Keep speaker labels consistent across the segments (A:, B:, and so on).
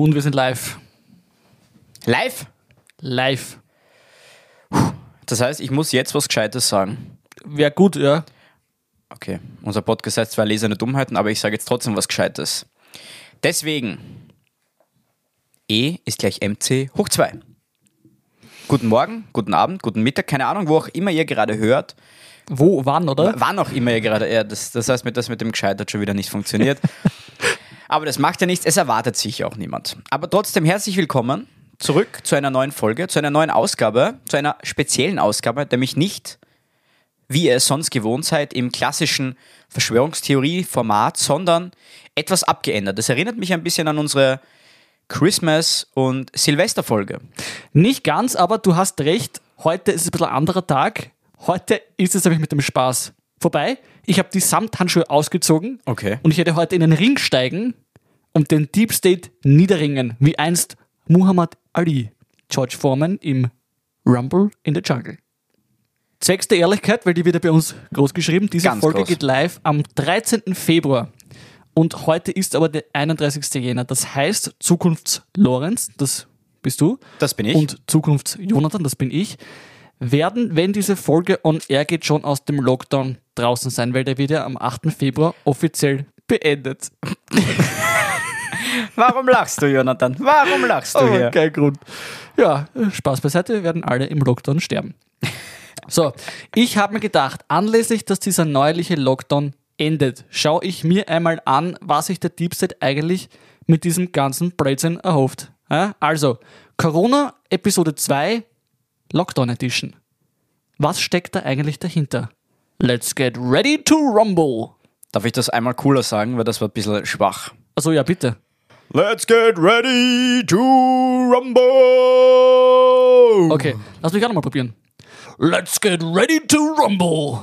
A: Und wir sind live.
B: Live?
A: Live.
B: Das heißt, ich muss jetzt was Gescheites sagen.
A: Wäre gut, ja.
B: Okay, unser Podcast heißt zwar leserne Dummheiten, aber ich sage jetzt trotzdem was Gescheites. Deswegen, E ist gleich MC hoch 2. Guten Morgen, guten Abend, guten Mittag, keine Ahnung, wo auch immer ihr gerade hört,
A: Wo, wann, oder?
B: wann auch immer ihr gerade, ja, das, das heißt, mit- das mit dem Gescheit hat schon wieder nicht funktioniert. aber das macht ja nichts, es erwartet sich ja auch niemand. Aber trotzdem herzlich willkommen zurück zu einer neuen Folge, zu einer neuen Ausgabe, zu einer speziellen Ausgabe, nämlich nicht wie ihr es sonst gewohnt seid, im klassischen Verschwörungstheorie-Format, sondern etwas abgeändert. Das erinnert mich ein bisschen an unsere Christmas- und Silvesterfolge.
A: Nicht ganz, aber du hast recht. Heute ist es ein bisschen ein anderer Tag. Heute ist es nämlich mit dem Spaß vorbei. Ich habe die Samthandschuhe ausgezogen
B: Okay.
A: und ich werde heute in den Ring steigen und den Deep State niederringen, wie einst Muhammad Ali, George Foreman im Rumble in the Jungle. Zwecks der Ehrlichkeit, weil die wieder bei uns groß geschrieben. Diese
B: Ganz
A: Folge
B: groß.
A: geht live am 13. Februar. Und heute ist aber der 31. Jänner. Das heißt, Zukunfts-Lorenz, das bist du,
B: Das bin ich.
A: und Zukunfts-Jonathan, das bin ich, werden, wenn diese Folge on air geht, schon aus dem Lockdown draußen sein, weil der wird ja am 8. Februar offiziell beendet.
B: Warum lachst du, Jonathan? Warum lachst du hier?
A: Oh, kein Grund. Ja, Spaß beiseite, wir werden alle im Lockdown sterben. So, ich habe mir gedacht, anlässlich, dass dieser neuliche Lockdown endet, schaue ich mir einmal an, was sich der Deep State eigentlich mit diesem ganzen Blödsinn erhofft. Ja, also, Corona Episode 2, Lockdown Edition. Was steckt da eigentlich dahinter? Let's get ready to rumble.
B: Darf ich das einmal cooler sagen, weil das war ein bisschen schwach.
A: Also ja, bitte.
B: Let's get ready to rumble!
A: Okay, lass mich gerade mal probieren. Let's get ready to rumble.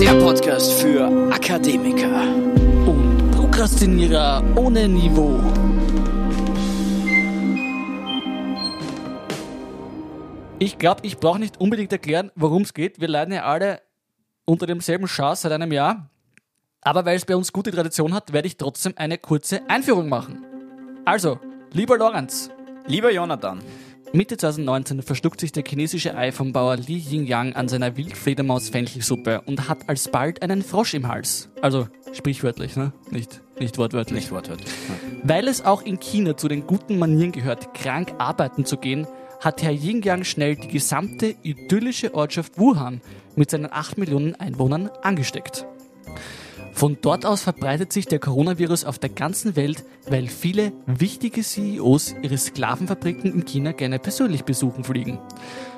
B: Der Podcast für Akademiker.
A: und Prokrastinierer ohne Niveau. Ich glaube, ich brauche nicht unbedingt erklären, worum es geht. Wir leiden ja alle unter demselben Schatz seit einem Jahr. Aber weil es bei uns gute Tradition hat, werde ich trotzdem eine kurze Einführung machen. Also, lieber Lorenz,
B: Lieber Jonathan,
A: Mitte 2019 verstuckt sich der chinesische iPhone-Bauer Li Yingyang an seiner Wildfledermaus-Fenchelsuppe und hat alsbald einen Frosch im Hals. Also sprichwörtlich, ne? Nicht, nicht wortwörtlich.
B: nicht wortwörtlich.
A: Weil es auch in China zu den guten Manieren gehört, krank arbeiten zu gehen, hat Herr Yingyang schnell die gesamte idyllische Ortschaft Wuhan mit seinen 8 Millionen Einwohnern angesteckt. Von dort aus verbreitet sich der Coronavirus auf der ganzen Welt, weil viele wichtige CEOs ihre Sklavenfabriken in China gerne persönlich besuchen fliegen.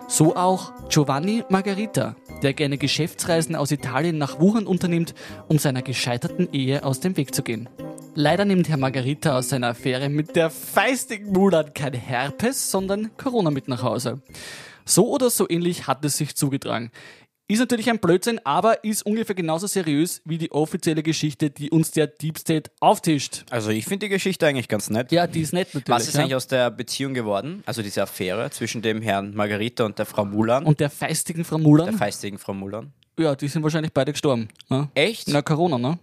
A: So auch Giovanni Margarita, der gerne Geschäftsreisen aus Italien nach Wuhan unternimmt, um seiner gescheiterten Ehe aus dem Weg zu gehen. Leider nimmt Herr Margarita aus seiner Affäre mit der feistigen Mulan kein Herpes, sondern Corona mit nach Hause. So oder so ähnlich hat es sich zugetragen. Ist natürlich ein Blödsinn, aber ist ungefähr genauso seriös wie die offizielle Geschichte, die uns der Deep State auftischt.
B: Also ich finde die Geschichte eigentlich ganz nett.
A: Ja, die ist nett natürlich.
B: Was ist
A: ja.
B: eigentlich aus der Beziehung geworden? Also diese Affäre zwischen dem Herrn Margarita und der Frau Mulan,
A: Und der feistigen Frau
B: der
A: Mulan?
B: feistigen Frau Mulan.
A: ja, die sind wahrscheinlich beide gestorben. Ne?
B: Echt?
A: Na, Corona, ne?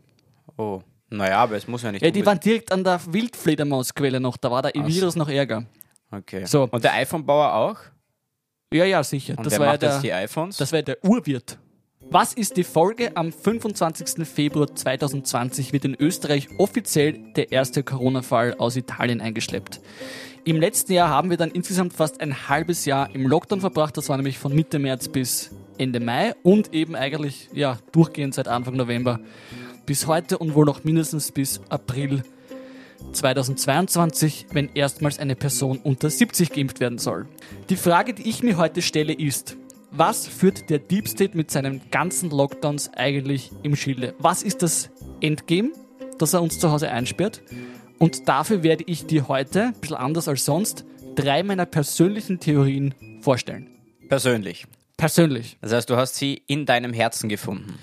B: Oh, naja, aber es muss ja nicht.
A: Ja, die
B: unbedingt-
A: waren direkt an der Wildfledermausquelle noch, da war der Virus noch ärger.
B: okay.
A: so.
B: Und der iPhone-Bauer auch?
A: Ja, ja, sicher.
B: Und
A: das
B: wer
A: war ja
B: macht
A: der,
B: jetzt die iPhones?
A: das war ja der Urwirt. Was ist die Folge? Am 25. Februar 2020 wird in Österreich offiziell der erste Corona-Fall aus Italien eingeschleppt. Im letzten Jahr haben wir dann insgesamt fast ein halbes Jahr im Lockdown verbracht. Das war nämlich von Mitte März bis Ende Mai und eben eigentlich ja durchgehend seit Anfang November bis heute und wohl noch mindestens bis April 2022, wenn erstmals eine Person unter 70 geimpft werden soll. Die Frage, die ich mir heute stelle, ist, was führt der Deep State mit seinen ganzen Lockdowns eigentlich im Schilde? Was ist das Endgame, das er uns zu Hause einsperrt? Und dafür werde ich dir heute, ein bisschen anders als sonst, drei meiner persönlichen Theorien vorstellen.
B: Persönlich.
A: Persönlich.
B: Das heißt, du hast sie in deinem Herzen gefunden.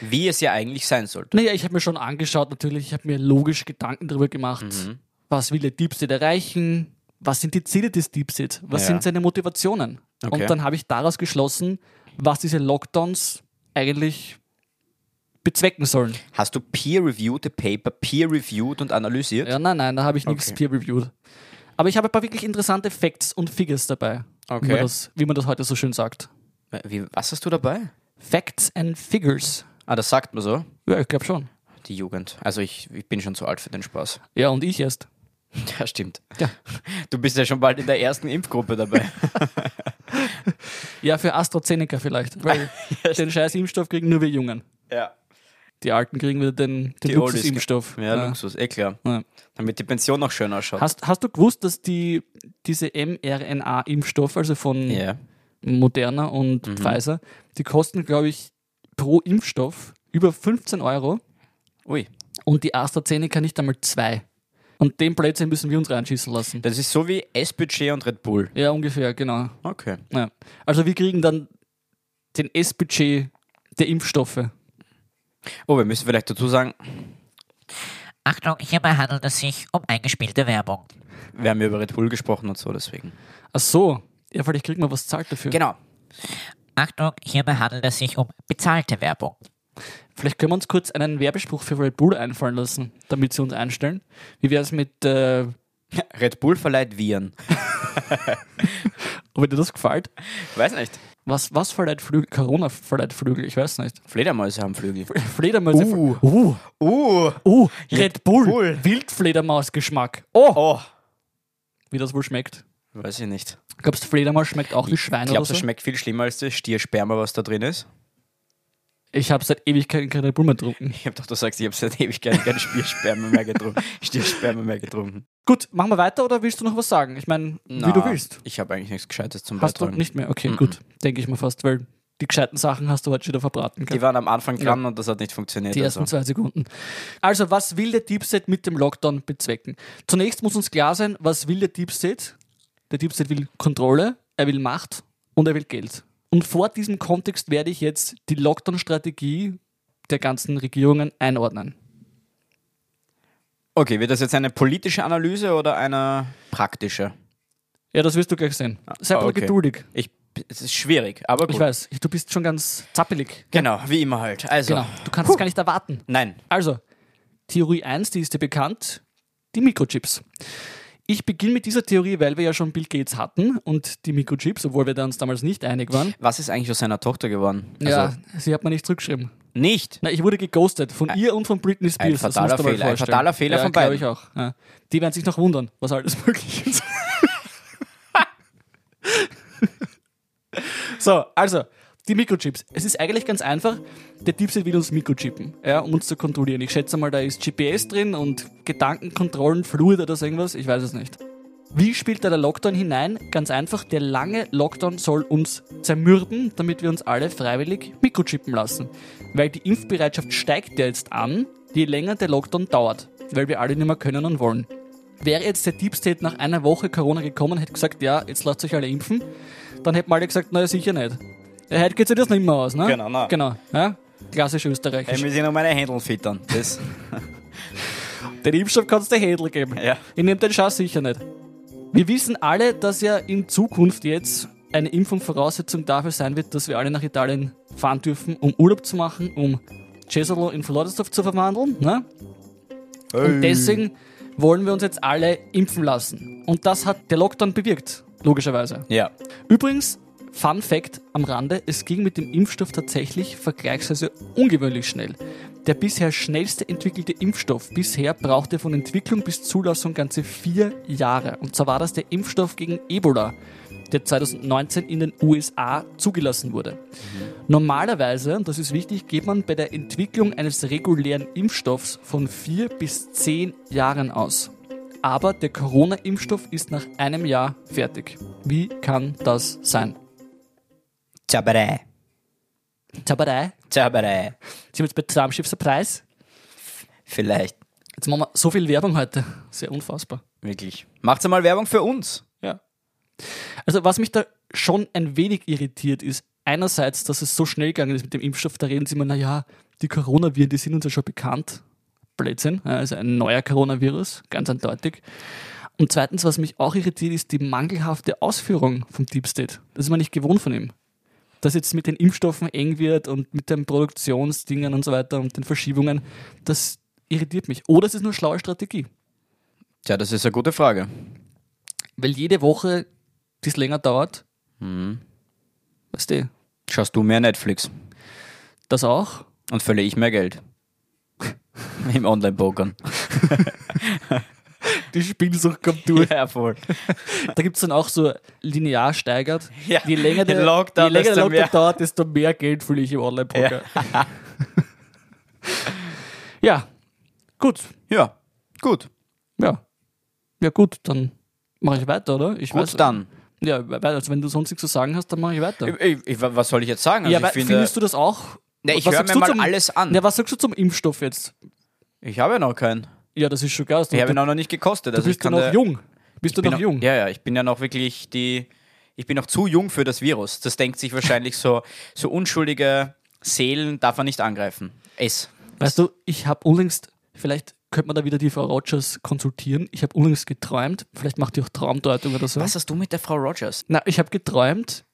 B: wie es ja eigentlich sein sollte.
A: Naja, ich habe mir schon angeschaut, natürlich, ich habe mir logisch Gedanken darüber gemacht,
B: Mhm.
A: was will der Deep State erreichen, was sind die Ziele des Deep State, was
B: Ja.
A: sind seine Motivationen.
B: Okay.
A: Und dann habe ich daraus geschlossen, was diese Lockdowns eigentlich bezwecken sollen.
B: Hast du peer-reviewte Paper peer-reviewed und analysiert?
A: Ja, nein, nein, da habe ich nichts
B: Okay.
A: peer-reviewed. Aber ich habe ein paar wirklich interessante Facts und Figures dabei, wie,
B: Okay.
A: man das, wie man das heute so schön sagt.
B: Äh, Wie, was hast du dabei?
A: Facts and Figures.
B: Ah, das sagt man so.
A: Ja, ich glaube schon.
B: Die Jugend. Also ich, ich bin schon zu alt für den Spaß.
A: Ja, und ich erst.
B: Ja, stimmt.
A: Ja.
B: Du bist ja schon bald in der ersten Impfgruppe dabei.
A: Ja, für AstraZeneca vielleicht. Weil den scheiß Impfstoff kriegen nur wir Jungen.
B: ja.
A: Die Alten kriegen wieder den, den
B: Die Oldies-
A: Luxus-Impfstoff.
B: Ja, Luxus, eh klar.
A: Ja.
B: Damit die Pension noch schön ausschaut.
A: Hast, hast du gewusst, dass die, diese mRNA-Impfstoffe, also von
B: ja. Mhm.
A: Moderna und Pfizer, die kosten, glaube ich, pro Impfstoff über 15 Euro
B: Ui.
A: und die AstraZeneca nicht einmal zwei. Und den Blödsinn müssen wir uns reinschießen lassen.
B: Das ist so wie S-Budget und Red Bull.
A: Ja, ungefähr, genau.
B: Okay.
A: Ja. Also wir kriegen dann den S-Budget der Impfstoffe.
B: Oh, wir müssen vielleicht dazu sagen,
C: Achtung, hierbei handelt es sich um eingespielte Werbung.
B: wir haben ja über Red Bull gesprochen und so, deswegen.
A: Ach so. Ja, vielleicht kriegen wir was zahlt dafür.
B: Genau.
C: Achtung, hierbei handelt es sich um bezahlte Werbung.
A: Vielleicht können wir uns kurz einen Werbespruch für Red Bull einfallen lassen, damit sie uns einstellen. Wie wäre es mit, äh,
B: Red Bull verleiht Viren.
A: ob dir das gefällt?
B: Weiß nicht.
A: Was, was verleiht Flügel? Corona verleiht Flügel, ich weiß nicht.
B: Fledermäuse haben Flügel.
A: Fledermäuse.
B: Uh.
A: uh,
B: Uh.
A: uh, Red Bull.
B: Bull.
A: Wildfledermausgeschmack. Oh.
B: Oh.
A: Wie das wohl schmeckt.
B: Weiß ich nicht.
A: Glaubst du, Fledermaus schmeckt auch wie Schwein
B: Ich glaube,
A: oder
B: das
A: so?
B: schmeckt viel schlimmer als das Stiersperma, was da drin ist.
A: Ich habe seit Ewigkeiten keine Bull mehr getrunken.
B: Ich habe doch gesagt, ich habe seit Ewigkeiten kein Stiersperma mehr getrunken. Stiersperma mehr getrunken.
A: Gut, machen wir weiter oder willst du noch was sagen? Ich meine, wie du willst.
B: Ich habe eigentlich nichts Gescheites zum
A: Hast du
B: Beitragen.
A: nicht mehr? Okay, gut. Denke ich mir fast, weil die gescheiten Sachen hast du heute schon wieder verbraten.
B: Die waren am Anfang dran und das hat nicht funktioniert.
A: Die
B: also.
A: ersten zwei Sekunden. Also, was will der Deep State mit dem Lockdown bezwecken? Zunächst muss uns klar sein, was will der Deep State? Der Deep State will Kontrolle, er will Macht und er will Geld. Und vor diesem Kontext werde ich jetzt die Lockdown-Strategie der ganzen Regierungen einordnen.
B: Okay, wird das jetzt eine politische Analyse oder eine praktische?
A: Ja, das wirst du gleich sehen. Sei
B: Ah,
A: aber
B: okay.
A: geduldig.
B: Ich, es ist schwierig, aber gut.
A: Ich weiß, du bist schon ganz zappelig.
B: Genau, wie immer halt. Also,
A: Genau. Du kannst es gar nicht erwarten.
B: nein.
A: Also, Theorie 1, die ist dir bekannt, die Mikrochips. Ich beginne mit dieser Theorie, weil wir ja schon Bill Gates hatten und die Mikrochips, obwohl wir da uns damals nicht einig waren.
B: Was ist eigentlich aus seiner Tochter geworden?
A: ja,
B: Also,
A: sie hat mir nichts zurückgeschrieben.
B: nicht.
A: Na, ich wurde geghostet von ihr und von Britney Spears. das
B: fataler
A: musst du mal
B: Fehler, ein
A: vorstellen.
B: fataler Fehler
A: ja,
B: von
A: glaub
B: beiden.
A: ich auch. Ja. Die werden sich noch wundern, was alles möglich ist. so, also, die Mikrochips. Es ist eigentlich ganz einfach. Der Deep State will uns Mikrochippen, ja, um uns zu kontrollieren. Ich schätze mal, da ist GPS drin und Gedankenkontrollen, Fluid oder so irgendwas. Ich weiß es nicht. Wie spielt da der Lockdown hinein? Ganz einfach, der lange Lockdown soll uns zermürben, damit wir uns alle freiwillig mikrochippen lassen. Weil die Impfbereitschaft steigt ja jetzt an, je länger der Lockdown dauert, weil wir alle nicht mehr können und wollen. Wäre jetzt der Deep State nach einer Woche Corona gekommen, hätte gesagt, ja, jetzt lasst euch alle impfen, dann hätten wir alle gesagt, naja, sicher nicht. Ja, heute geht sich das nicht mehr aus, ne?
B: Genau, nein.
A: Genau, ja? Klassisch
B: Ich
A: österreichisch.
B: muss ich noch meine Händeln füttern. Das,
A: Den Impfstoff kannst du Hädel geben.
B: ja.
A: Ich nehme den Scheiß sicher nicht. Wir wissen alle, dass ja in Zukunft jetzt eine Impfung Voraussetzung dafür sein wird, dass wir alle nach Italien fahren dürfen, um Urlaub zu machen, um Cesolo in Floridsdorf zu verwandeln. Ne? Und deswegen wollen wir uns jetzt alle impfen lassen. Und das hat der Lockdown bewirkt, logischerweise.
B: Ja.
A: Übrigens, Fun Fact am Rande, es ging mit dem Impfstoff tatsächlich vergleichsweise ungewöhnlich schnell. Der bisher schnellste entwickelte Impfstoff bisher brauchte von Entwicklung bis Zulassung ganze vier Jahre. Und zwar war das der Impfstoff gegen Ebola, der 2019 in den USA zugelassen wurde. Normalerweise, und das ist wichtig, geht man bei der Entwicklung eines regulären Impfstoffs von vier bis zehn Jahren aus. Aber der Corona-Impfstoff ist nach einem Jahr fertig. Wie kann das sein?
B: Zabarei.
A: Zabarei,
B: Zabarei.
A: sind wir jetzt bei Traumschiff Surprise?
B: Vielleicht.
A: Jetzt machen wir so viel Werbung heute. Sehr unfassbar.
B: Wirklich. Macht's einmal Werbung für uns.
A: Ja. Also, was mich da schon ein wenig irritiert, ist einerseits, dass es so schnell gegangen ist mit dem Impfstoff. Da reden sie immer, naja, Die Coronaviren, die sind uns ja schon bekannt. Blödsinn, ja, also ein neuer Coronavirus, ganz eindeutig. Und zweitens, was mich auch irritiert, ist die mangelhafte Ausführung vom Deep State. Das ist man nicht gewohnt von ihm. Dass jetzt mit den Impfstoffen eng wird und mit den Produktionsdingen und so weiter und den Verschiebungen, das irritiert mich. Oder es ist nur schlaue Strategie.
B: Tja, das ist eine gute Frage.
A: Weil jede Woche, die es länger dauert,
B: Mhm.
A: weißt du,
B: Schaust du mehr Netflix
A: das auch.
B: und verliere ich mehr Geld. Im Online-Pokern.
A: Die Spielsucht kommt durch.
B: Ja, voll.
A: Da gibt es dann auch so linear steigert.
B: Ja,
A: je länger der
B: den Lockdown,
A: je länger der
B: desto
A: Lockdown
B: mehr.
A: dauert, desto mehr Geld fühle ich im Online-Poker. Ja. gut.
B: Ja, gut.
A: Ja. Ja, gut, dann mache ich weiter, oder? Ich
B: Gut
A: weiß-
B: dann.
A: Ja, we- also wenn du sonst nichts zu sagen hast, dann mache ich weiter.
B: Also, Ich, ich, was soll ich jetzt sagen? Also
A: ja,
B: ich
A: we-
B: finde-
A: findest du das auch?
B: Ne, ich
A: Was
B: höre
A: sagst
B: mir
A: du
B: mal
A: zum-
B: alles an.
A: Ja, was sagst du zum Impfstoff jetzt?
B: ich habe ja noch keinen.
A: Ja, das ist schon geil. dass Du,
B: Ich habe
A: du,
B: ihn auch noch nicht gekostet.
A: du
B: also ich
A: bist ja
B: kann
A: noch
B: da-
A: jung. Bist du
B: bin
A: noch
B: noch-
A: jung?
B: Ja, ja, ich bin ja noch wirklich die. Ich bin noch zu jung für das Virus. Das denkt sich wahrscheinlich so, so unschuldige Seelen darf man nicht angreifen. Es.
A: Weißt du, ich habe unlängst, vielleicht könnte man da wieder die Frau Rogers konsultieren. Ich habe unlängst geträumt, vielleicht macht die auch Traumdeutung oder so.
B: Was hast du mit der Frau Rogers?
A: Na, ich habe geträumt,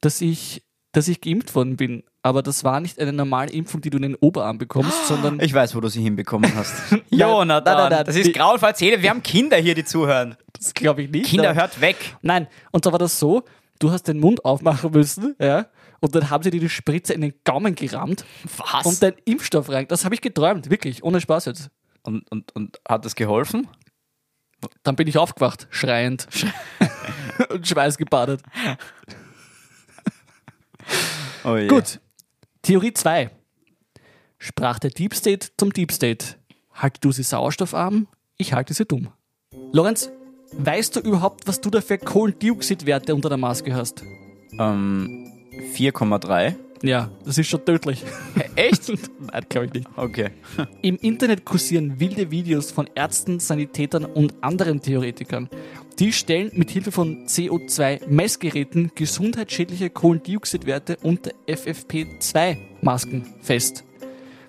A: dass ich, dass ich geimpft worden bin. Aber das war nicht eine normale Impfung, die du in den Oberarm bekommst, sondern
B: Ich weiß, wo du sie hinbekommen hast.
A: Nein,
B: Jonathan,
A: nein, nein,
B: das
A: die-
B: ist grauenvoll erzählt. Wir haben Kinder hier, die zuhören.
A: das glaube ich nicht.
B: Kinder,
A: Nein.
B: hört weg.
A: Nein, und zwar war das so, du hast den Mund aufmachen müssen, ja, und dann haben sie dir die Spritze in den Gaumen gerammt
B: Was?
A: und
B: Und,
A: dein Impfstoff rein. Das habe ich geträumt, wirklich, ohne Spaß jetzt.
B: und, und, hat das geholfen?
A: Dann bin ich aufgewacht, schreiend und schweißgebadet.
B: Oh je.
A: Gut, Theorie 2. Sprach der Deep State zum Deep State. Halt du sie sauerstoffarm, ich halte sie dumm. Lorenz, weißt du überhaupt, was du da für Kohlendioxidwerte unter der Maske hast?
B: Ähm, 4,3.
A: Ja, das ist schon tödlich.
B: Echt?
A: Nein, glaube ich nicht.
B: Okay.
A: Im Internet kursieren wilde Videos von Ärzten, Sanitätern und anderen Theoretikern. Die stellen mit Hilfe von CO2-Messgeräten gesundheitsschädliche Kohlendioxidwerte unter FFP2-Masken fest.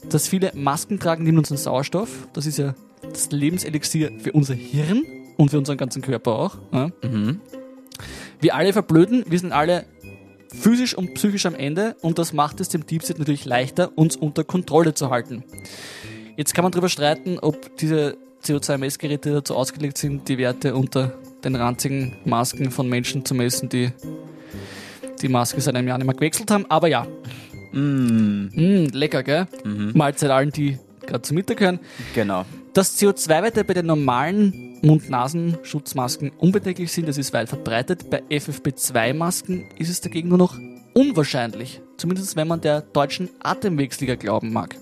A: Dass viele Masken tragen, nimmt unseren Sauerstoff. Das ist ja das Lebenselixier für unser Hirn und für unseren ganzen Körper auch. Ja.
B: Mhm.
A: Wir alle verblöden, wir sind alle physisch und psychisch am Ende und das macht es dem Deep State natürlich leichter, uns unter Kontrolle zu halten. Jetzt kann man darüber streiten, ob diese CO2-Messgeräte dazu ausgelegt sind, die Werte unter den ranzigen Masken von Menschen zu messen, die die Maske seit einem Jahr nicht mehr gewechselt haben. Aber ja,
B: Mm,
A: mm, lecker, gell? Mahlzeit allen, die gerade zu Mittag hören.
B: genau.
A: Dass CO2-Werte bei den normalen Mund-Nasen-Schutzmasken unbedenklich sind, das ist weit verbreitet. Bei FFP2-Masken ist es dagegen nur noch unwahrscheinlich. Zumindest wenn man der deutschen Atemwegsliga glauben mag.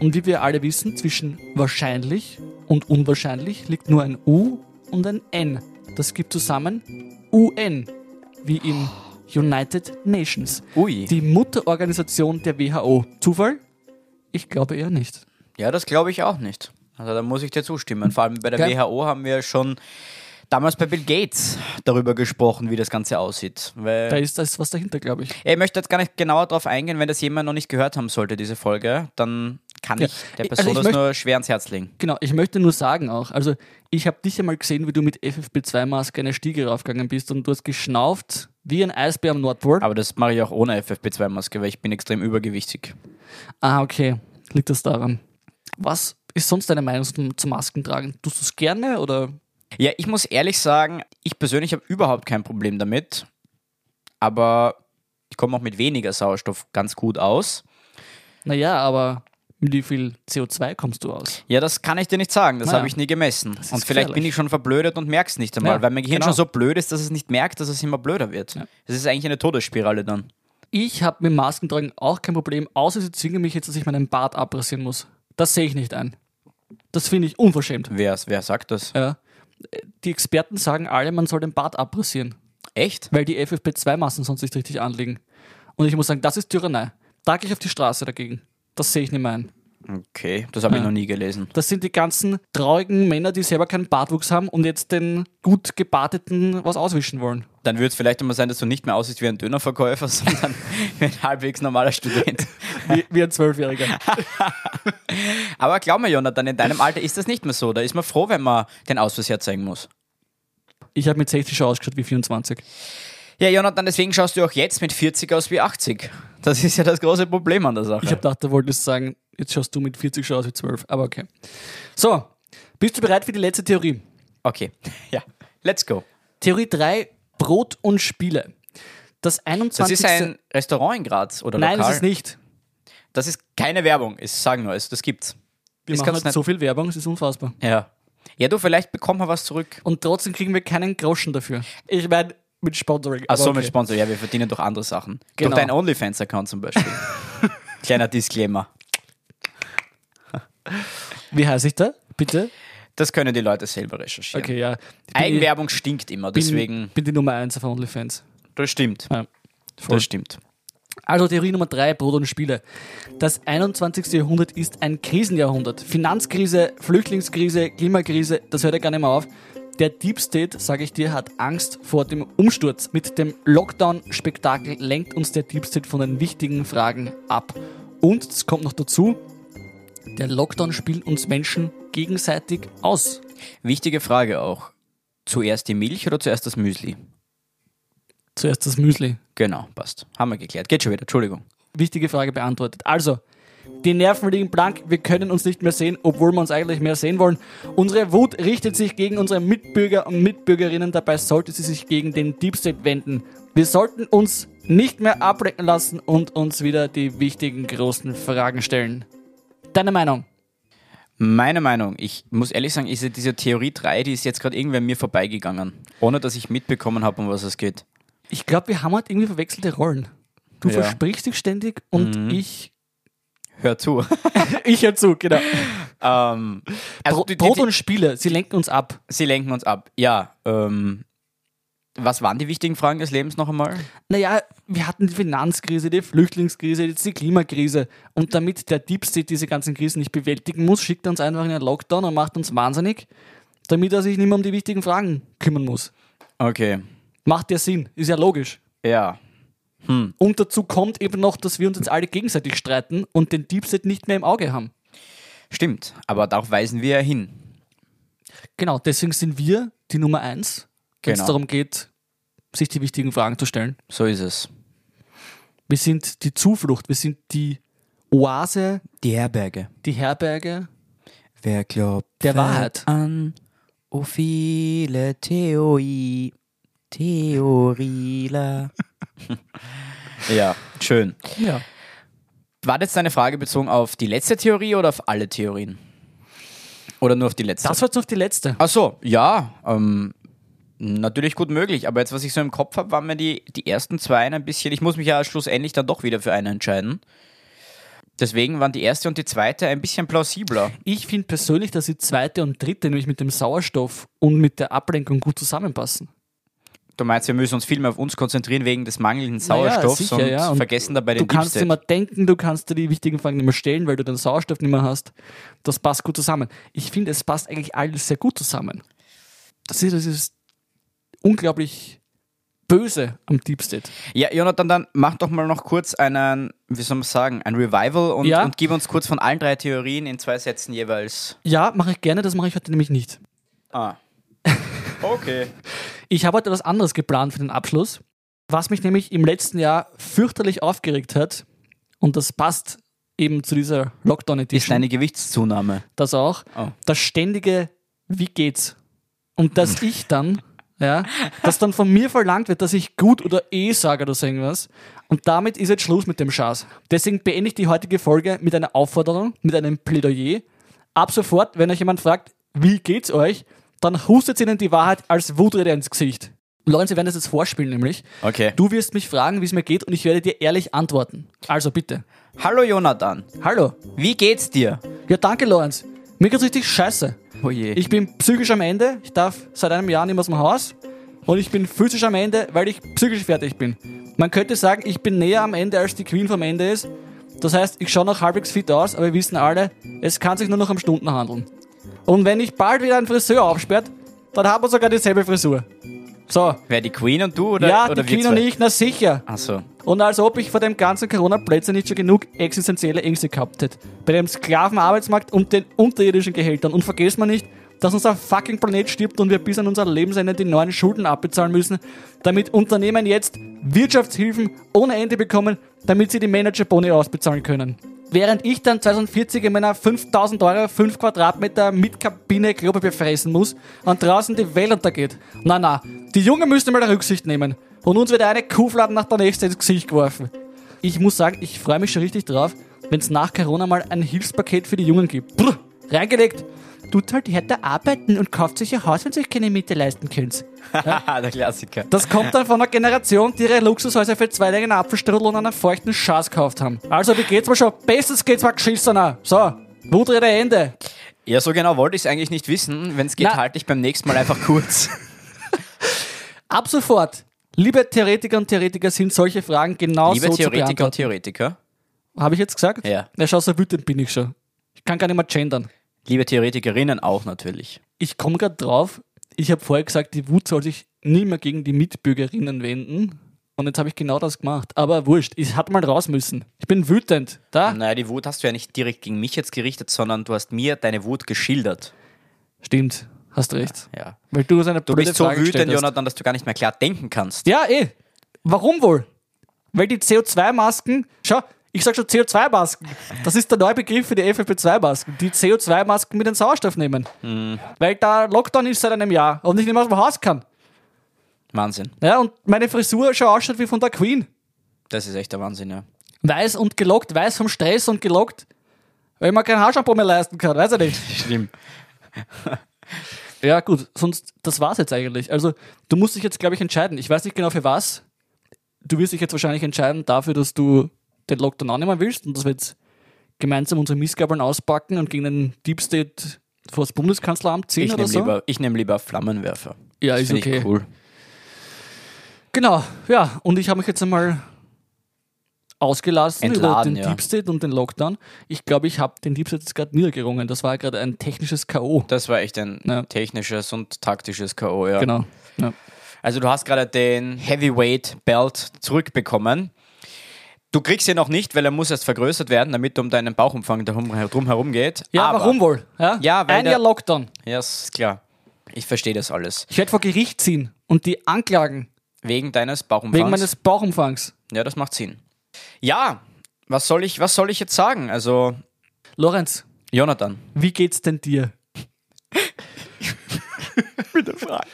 A: Und wie wir alle wissen, zwischen wahrscheinlich und unwahrscheinlich liegt nur ein U und ein N. Das gibt zusammen UN, wie in United Nations,
B: Ui.
A: die Mutterorganisation der WHO. Zufall? Ich glaube eher nicht.
B: Ja, das glaube ich auch nicht. Also da muss ich dir zustimmen. Vor allem bei der
A: Gell?
B: WHO haben wir schon damals bei Bill Gates darüber gesprochen, wie das Ganze aussieht.
A: Da
B: Weil
A: ist das was dahinter, glaube ich.
B: ich möchte jetzt gar nicht genauer darauf eingehen, wenn das jemand noch nicht gehört haben sollte, diese Folge, dann kann
A: Ja.
B: ich der
A: Ich-
B: Person
A: also ich
B: das
A: möcht-
B: nur schwer ins Herz legen.
A: Genau, ich möchte nur sagen auch, also ich habe dich einmal gesehen, wie du mit FFP2-Maske eine Stiege raufgegangen bist und du hast geschnauft wie ein Eisbär am Nordpol.
B: Aber das mache ich auch ohne FFP2-Maske, weil ich bin extrem übergewichtig.
A: ah, okay, liegt das daran. Was ist sonst deine Meinung zum, zum Maskentragen? Tust du es gerne oder?
B: Ja, ich muss ehrlich sagen, ich persönlich habe überhaupt kein Problem damit. Aber ich komme auch mit weniger Sauerstoff ganz gut aus.
A: Naja, aber mit wie viel CO2 kommst du aus?
B: Ja, das kann ich dir nicht sagen, das
A: Naja.
B: habe ich nie gemessen.
A: ist
B: Und vielleicht bin
A: gefährlich.
B: ich schon verblödet und merk's nicht einmal,
A: Ja,
B: weil mein Gehirn
A: genau.
B: schon so blöd ist, dass es nicht merkt, dass es immer blöder wird.
A: Ja.
B: Es ist eigentlich eine Todesspirale dann.
A: Ich habe mit Maskentragen auch kein Problem, außer sie zwingen mich jetzt, dass ich meinen Bart abrasieren muss. Das sehe ich nicht ein. Das finde ich unverschämt.
B: Wer, wer sagt das?
A: Ja. Die Experten sagen alle, man soll den Bart abrasieren.
B: Echt?
A: weil die FFP2-Massen sonst nicht richtig anliegen. Und ich muss sagen, das ist Tyrannei. Da gehe ich auf die Straße dagegen. Das sehe ich nicht mehr ein.
B: Okay, das habe ich noch nie gelesen.
A: Das sind die ganzen traurigen Männer, die selber keinen Bartwuchs haben und jetzt den gut gebarteten was auswischen wollen.
B: dann würde es vielleicht immer sein, dass du nicht mehr aussiehst wie ein Dönerverkäufer, sondern wie ein halbwegs normaler Student.
A: Wie, wie ein Zwölfjähriger.
B: Aber glaub mir, Jonathan, in deinem Alter ist das nicht mehr so. Da ist man froh, wenn man den Ausweis herzeigen muss.
A: Ich habe mit 60 schon ausgeschaut wie 24.
B: Ja, Jonathan, deswegen schaust du auch jetzt mit 40 aus wie 80. Das ist ja das große Problem an der Sache.
A: Ich habe gedacht, du wolltest sagen, jetzt schaust du mit 40 schon aus wie 12, aber okay. So, bist du bereit für die letzte Theorie?
B: okay, ja, let's go.
A: Theorie 3, Brot und Spiele. Das 21.
B: Das ist ein Restaurant in Graz oder
A: Nein,
B: Lokal.
A: ist es nicht.
B: Das ist keine Werbung, ich sage nur, es, das gibt's.
A: Wir machen halt
B: Das kann's
A: jetzt
B: nicht-
A: so viel Werbung, es ist unfassbar.
B: Ja. Ja, du, vielleicht bekommen wir was zurück.
A: Und trotzdem kriegen wir keinen Groschen dafür. Ich meine, mit Sponsoring.
B: Ach so,
A: aber okay.
B: mit Sponsor. Ja, wir verdienen durch andere Sachen.
A: Genau.
B: Durch deinen OnlyFans-Account zum Beispiel. Kleiner Disclaimer.
A: Wie heißt ich da? Bitte?
B: Das können die Leute selber recherchieren.
A: Okay, ja. Ich bin-
B: Eigenwerbung stinkt immer,
A: bin,
B: deswegen.
A: bin die Nummer 1 auf OnlyFans.
B: Das stimmt.
A: Ja, voll.
B: Das stimmt.
A: Also Theorie Nummer 3, Brot und Spiele. Das 21. Jahrhundert ist ein Krisenjahrhundert. Finanzkrise, Flüchtlingskrise, Klimakrise, das hört ja gar nicht mehr auf. Der Deep State, sage ich dir, hat Angst vor dem Umsturz. Mit dem Lockdown-Spektakel lenkt uns der Deep State von den wichtigen Fragen ab. Und, es kommt noch dazu, der Lockdown spielt uns Menschen gegenseitig aus.
B: Wichtige Frage auch. Zuerst die Milch oder zuerst das Müsli?
A: Zuerst das Müsli.
B: Genau, passt. Haben wir geklärt. Geht schon wieder, Entschuldigung.
A: wichtige Frage beantwortet. Also, die Nerven liegen blank, wir können uns nicht mehr sehen, obwohl wir uns eigentlich mehr sehen wollen. Unsere Wut richtet sich gegen unsere Mitbürger und Mitbürgerinnen, dabei sollte sie sich gegen den Deep State wenden. Wir sollten uns nicht mehr ablenken lassen und uns wieder die wichtigen großen Fragen stellen. Deine Meinung?
B: Meine Meinung, ich muss ehrlich sagen, ist ja diese Theorie 3, die ist jetzt gerade irgendwann mir vorbeigegangen. Ohne dass ich mitbekommen habe, um was es geht.
A: Ich glaube, wir haben halt irgendwie verwechselte Rollen. Du
B: Ja. Mhm.
A: versprichst dich ständig und ich.
B: Hör zu.
A: Ich hör zu, genau.
B: ähm, also
A: Bro
B: die- die-
A: Brot
B: die-
A: und Spiele, sie lenken uns ab.
B: Sie lenken uns ab. Ja, ähm, was waren die wichtigen Fragen des Lebens noch einmal?
A: Naja, wir hatten die Finanzkrise, die Flüchtlingskrise, jetzt die Klimakrise. Und damit der Deep State diese ganzen Krisen nicht bewältigen muss, schickt er uns einfach in einen Lockdown und macht uns wahnsinnig, damit er sich nicht mehr um die wichtigen Fragen kümmern muss.
B: Okay,
A: Macht ja Sinn, ist ja logisch.
B: ja.
A: Und dazu kommt eben noch, dass wir uns jetzt alle gegenseitig streiten und den Deep State nicht mehr im Auge haben.
B: Stimmt, aber darauf weisen wir ja hin.
A: Genau, deswegen sind wir die Nummer eins, wenn es
B: Genau.
A: darum geht, sich die wichtigen Fragen zu stellen.
B: So ist es.
A: Wir sind die Zuflucht, wir sind die Oase,
B: Die Herberge.
A: die Herberge.
B: Wer glaubt
A: Der Wahrheit.
B: an? Oh, viele Theorie. Theoriela. ja, schön.
A: Ja.
B: War das deine Frage bezogen auf die letzte Theorie oder auf alle Theorien? Oder nur auf die letzte?
A: Das war jetzt noch die letzte.
B: Ach so, ja, ähm, natürlich gut möglich. Aber jetzt, was ich so im Kopf habe, waren mir die, die ersten zwei ein bisschen. Ich muss mich ja schlussendlich dann doch wieder für eine entscheiden. Deswegen waren die erste und die zweite ein bisschen plausibler.
A: Ich finde persönlich, dass die zweite und dritte nämlich mit dem Sauerstoff und mit der Ablenkung gut zusammenpassen.
B: Du meinst, wir müssen uns viel mehr auf uns konzentrieren wegen des mangelnden
A: Naja,
B: Sauerstoffs
A: sicher,
B: und
A: ja, und
B: vergessen dabei
A: Du
B: den
A: kannst
B: Deep State.
A: immer denken, du kannst dir die wichtigen Fragen nicht mehr stellen, weil du den Sauerstoff nicht mehr hast. Das passt gut zusammen. Ich finde, es passt eigentlich alles sehr gut zusammen. Das ist, das ist unglaublich böse am Deep State.
B: Ja, Jonathan, dann mach doch mal noch kurz einen, wie soll man sagen, ein Revival und,
A: Ja.
B: und gib uns kurz von allen drei Theorien in zwei Sätzen jeweils.
A: Ja, mache ich gerne, das mache ich heute nämlich nicht.
B: Ah. Okay.
A: Ich habe heute etwas anderes geplant für den Abschluss, was mich nämlich im letzten Jahr fürchterlich aufgeregt hat. Und das passt eben zu dieser
B: Ist
A: Lockdown-Edition.
B: eine Gewichtszunahme.
A: das auch,
B: Oh.
A: das ständige Wie geht's? Und dass ich dann, ja, dass dann von mir verlangt wird, dass ich gut oder eh sage oder so irgendwas. Und damit ist jetzt Schluss mit dem Schaß. Deswegen beende ich die heutige Folge mit einer Aufforderung, mit einem Plädoyer. Ab sofort, wenn euch jemand fragt, wie geht's euch, dann hustet ihnen die Wahrheit als Wutrede ins Gesicht. Lorenz, wir werden das jetzt vorspielen nämlich.
B: Okay.
A: Du wirst mich fragen, wie es mir geht und ich werde dir ehrlich antworten. Also bitte.
B: Hallo Jonathan,
A: Hallo.
B: wie geht's dir?
A: Ja, danke, Lorenz. Mir geht's richtig scheiße.
B: Oh je.
A: Ich bin psychisch am Ende. Ich darf seit einem Jahr nicht mehr aus dem Haus. Und ich bin physisch am Ende, weil ich psychisch fertig bin. Man könnte sagen, ich bin näher am Ende, als die Queen vom Ende ist. Das heißt, ich schaue noch halbwegs fit aus, aber wir wissen alle, es kann sich nur noch um Stunden handeln. Und wenn ich bald wieder einen Friseur aufsperrt, dann haben wir sogar dieselbe Frisur. So.
B: Wer die Queen und du oder,
A: ja,
B: oder
A: die
B: wir
A: Queen und
B: zwei?
A: ich, na sicher.
B: Achso.
A: Und als ob ich vor dem ganzen Corona-Plätzchen nicht schon genug existenzielle Ängste gehabt hätte. Bei dem Sklavenarbeitsmarkt und den unterirdischen Gehältern. Und vergesst man nicht, dass unser fucking Planet stirbt und wir bis an unser Lebensende die neuen Schulden abbezahlen müssen, damit Unternehmen jetzt Wirtschaftshilfen ohne Ende bekommen, damit sie die Managerboni ausbezahlen können. Während ich dann 2040 in meiner 5000 Euro 5 Quadratmeter mit Kabine Klopapier fressen muss und draußen die Welt untergeht. Na na, die Jungen müssen mal Rücksicht nehmen. Und uns wird eine Kuhfladen nach der nächsten ins Gesicht geworfen. Ich muss sagen, ich freue mich schon richtig drauf, wenn es nach Corona mal ein Hilfspaket für die Jungen gibt. Brr, reingelegt. Tut halt härter arbeiten und kauft sich ein Haus, wenn ihr euch keine Miete leisten könnt.
B: Haha, Ah, der Klassiker.
A: Das kommt dann von einer Generation, die ihre Luxushäuser für zwei Längen Apfelstrudel und einen feuchten Schatz gekauft haben. Also, wie geht's mir schon? Bestens geht's mir geschissener. So, Wutrede Ende.
B: Ja, so genau wollte ich es eigentlich nicht wissen. Wenn es geht,
A: Na-
B: halte ich beim nächsten Mal einfach kurz.
A: Ab sofort, liebe Theoretiker und Theoretiker, sind solche Fragen genau
B: Liebe
A: so zu
B: Theoretiker und
A: beantworten.
B: Theoretiker,
A: Habe ich jetzt gesagt?
B: Ja.
A: Na, schau, so wütend bin ich schon. Ich kann gar nicht mehr gendern.
B: liebe Theoretikerinnen auch natürlich.
A: Ich komme gerade drauf, ich habe vorher gesagt, die Wut soll sich nie mehr gegen die Mitbürgerinnen wenden. Und jetzt habe ich genau das gemacht. Aber wurscht, ich hatte mal raus müssen. Ich bin wütend. Da,
B: Naja, die Wut hast du ja nicht direkt gegen mich jetzt gerichtet, sondern du hast mir deine Wut geschildert.
A: stimmt, hast recht.
B: Ja.
A: Weil du so eine
B: Du
A: blöde
B: bist so
A: Frage gestellt
B: wütend,
A: hast.
B: Jonathan, dass du gar nicht mehr klar denken kannst.
A: Ja, eh. Warum wohl? Weil die CO2-Masken, schau, ich sag schon CO2-Masken. Das ist der neue Begriff für die FFP2-Masken. Die CO2-Masken mit dem Sauerstoff nehmen.
B: Hm.
A: Weil da Lockdown ist seit einem Jahr und ich nicht mehr aus dem Haus kann.
B: Wahnsinn.
A: Ja, und meine Frisur schon ausschaut wie von der Queen.
B: Das ist echt der Wahnsinn, ja.
A: Weiß und gelockt, weiß vom Stress und gelockt. Weil man kein Haarshampoo mehr leisten kann, weiß ich nicht.
B: Stimmt.
A: Ja, gut, sonst, das war's jetzt eigentlich. Also, du musst dich jetzt, glaube ich, entscheiden. Ich weiß nicht genau für was. Du wirst dich jetzt wahrscheinlich entscheiden dafür, dass du den Lockdown annehmen willst und dass wir jetzt gemeinsam unsere Missgabeln auspacken und gegen den Deep State vor das Bundeskanzleramt ziehen
B: Ich
A: oder
B: nehme
A: so.
B: lieber, ich nehm lieber Flammenwerfer.
A: Ja,
B: Das
A: ist
B: find
A: okay.
B: Ich cool.
A: Genau, ja. Und ich habe mich jetzt einmal ausgelassen
B: Entladen,
A: über den
B: ja.
A: Deep State und den Lockdown. Ich glaube, ich habe den Deep State jetzt gerade niedergerungen. Das war ja gerade ein technisches K.O.
B: Das war echt ein
A: Ja.
B: technisches und taktisches K.O., ja.
A: Genau. Ja.
B: Also du hast gerade den Heavyweight Belt zurückbekommen. Du kriegst ihn noch nicht, weil er muss erst vergrößert werden, damit um deinen Bauchumfang darum, drum herum geht.
A: Ja,
B: Aber-
A: warum wohl? Ja,
B: Ja, weil
A: Ein
B: der-
A: Jahr Lockdown.
B: Ja, ist klar. Ich verstehe das alles.
A: Ich werde vor Gericht ziehen und die anklagen.
B: Wegen deines Bauchumfangs.
A: Wegen meines Bauchumfangs.
B: ja, das macht Sinn. Ja, was soll ich, was soll ich jetzt sagen? Also,
A: Lorenz,
B: Jonathan.
A: wie geht's denn dir?
B: Bitte frag.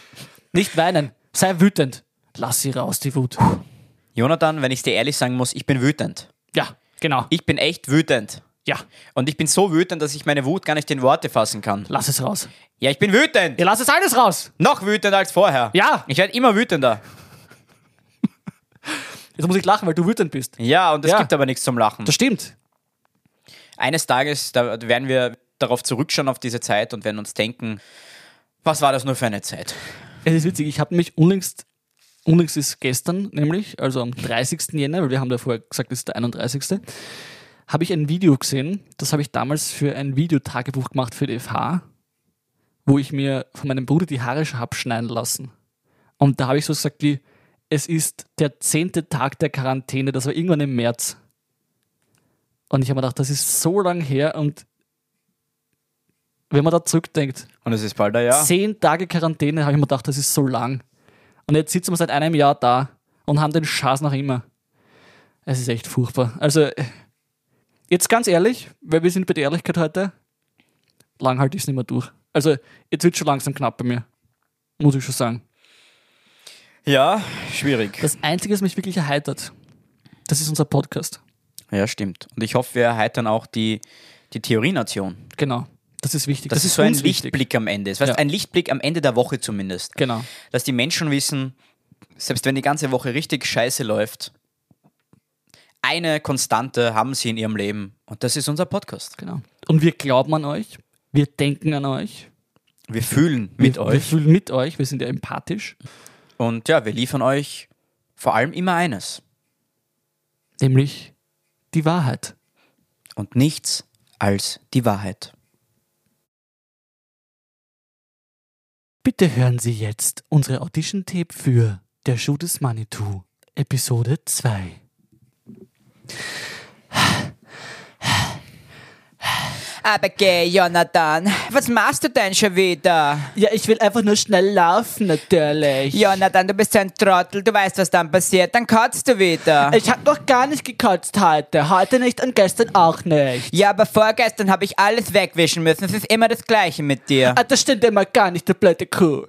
A: Nicht weinen, sei wütend. Lass sie raus, die Wut.
B: Jonathan, wenn ich dir ehrlich sagen muss, ich bin wütend.
A: Ja, genau.
B: Ich bin echt wütend.
A: Ja,
B: Und ich bin so wütend, dass ich meine Wut gar nicht in Worte fassen kann.
A: lass es raus.
B: Ja, ich bin wütend.
A: Ja, lass es alles raus.
B: Noch wütender als vorher.
A: Ja.
B: Ich werde immer wütender.
A: Jetzt muss ich lachen, weil du wütend bist.
B: Ja, und es
A: Ja.
B: gibt aber nichts zum Lachen.
A: Das stimmt.
B: Eines Tages, da werden wir darauf zurückschauen, auf diese Zeit und werden uns denken, was war das nur für eine Zeit?
A: Es ist witzig, ich habe mich unlängst, unlängst ist gestern nämlich, also am 30. Jänner, weil wir haben da vorher gesagt, es ist der 31. habe ich ein Video gesehen, das habe ich damals für ein Videotagebuch gemacht für die FH, wo ich mir von meinem Bruder die Haare habe schneiden lassen. Und da habe ich so gesagt wie, es ist der zehnte Tag der Quarantäne, das war irgendwann im März. Und ich habe mir gedacht, das ist so lang her und wenn man da zurückdenkt,
B: Und es ist bald ein Jahr.
A: zehn Tage Quarantäne, habe ich mir gedacht, das ist so lang. Und jetzt sitzen wir seit einem Jahr da und haben den Schaß noch immer. Es ist echt furchtbar. Also, äh, jetzt ganz ehrlich, weil wir sind bei der Ehrlichkeit heute, lang halte ich es nicht mehr durch. Also, jetzt wird schon langsam knapp bei mir. Muss ich schon sagen.
B: Ja, schwierig.
A: Das Einzige, was mich wirklich erheitert, das ist unser Podcast.
B: Ja, stimmt. Und ich hoffe, wir erheitern auch die, die Theorienation.
A: Genau. Das ist wichtig.
B: Das, ist so ein
A: uns wichtig.
B: Lichtblick am Ende. Das heißt,
A: Ja.
B: ein Lichtblick am Ende der Woche zumindest.
A: Genau.
B: Dass die Menschen wissen, selbst wenn die ganze Woche richtig scheiße läuft, eine Konstante haben sie in ihrem Leben. Und das ist unser Podcast.
A: genau. Und wir glauben an euch. Wir denken an euch.
B: Wir fühlen mit
A: wir, Wir
B: euch.
A: fühlen mit euch. Wir sind ja empathisch.
B: Und ja, wir liefern euch vor allem immer eines.
A: nämlich die Wahrheit.
B: Und nichts als die Wahrheit.
A: Bitte hören Sie jetzt unsere Audition-Tape für Der Schuh des Manitou, Episode 2.
B: Aber geh, Jonathan, was machst du denn schon wieder?
A: Ja, ich will einfach nur schnell laufen, natürlich.
B: Jonathan, du bist so ein Trottel, du weißt, was dann passiert, dann kotzt du wieder.
A: Ich hab noch gar nicht gekotzt heute. Heute nicht und gestern auch nicht.
B: Ja, aber vorgestern habe ich alles wegwischen müssen, es ist immer das Gleiche mit dir.
A: Ah, das stimmt immer gar nicht, du blöde Kuh.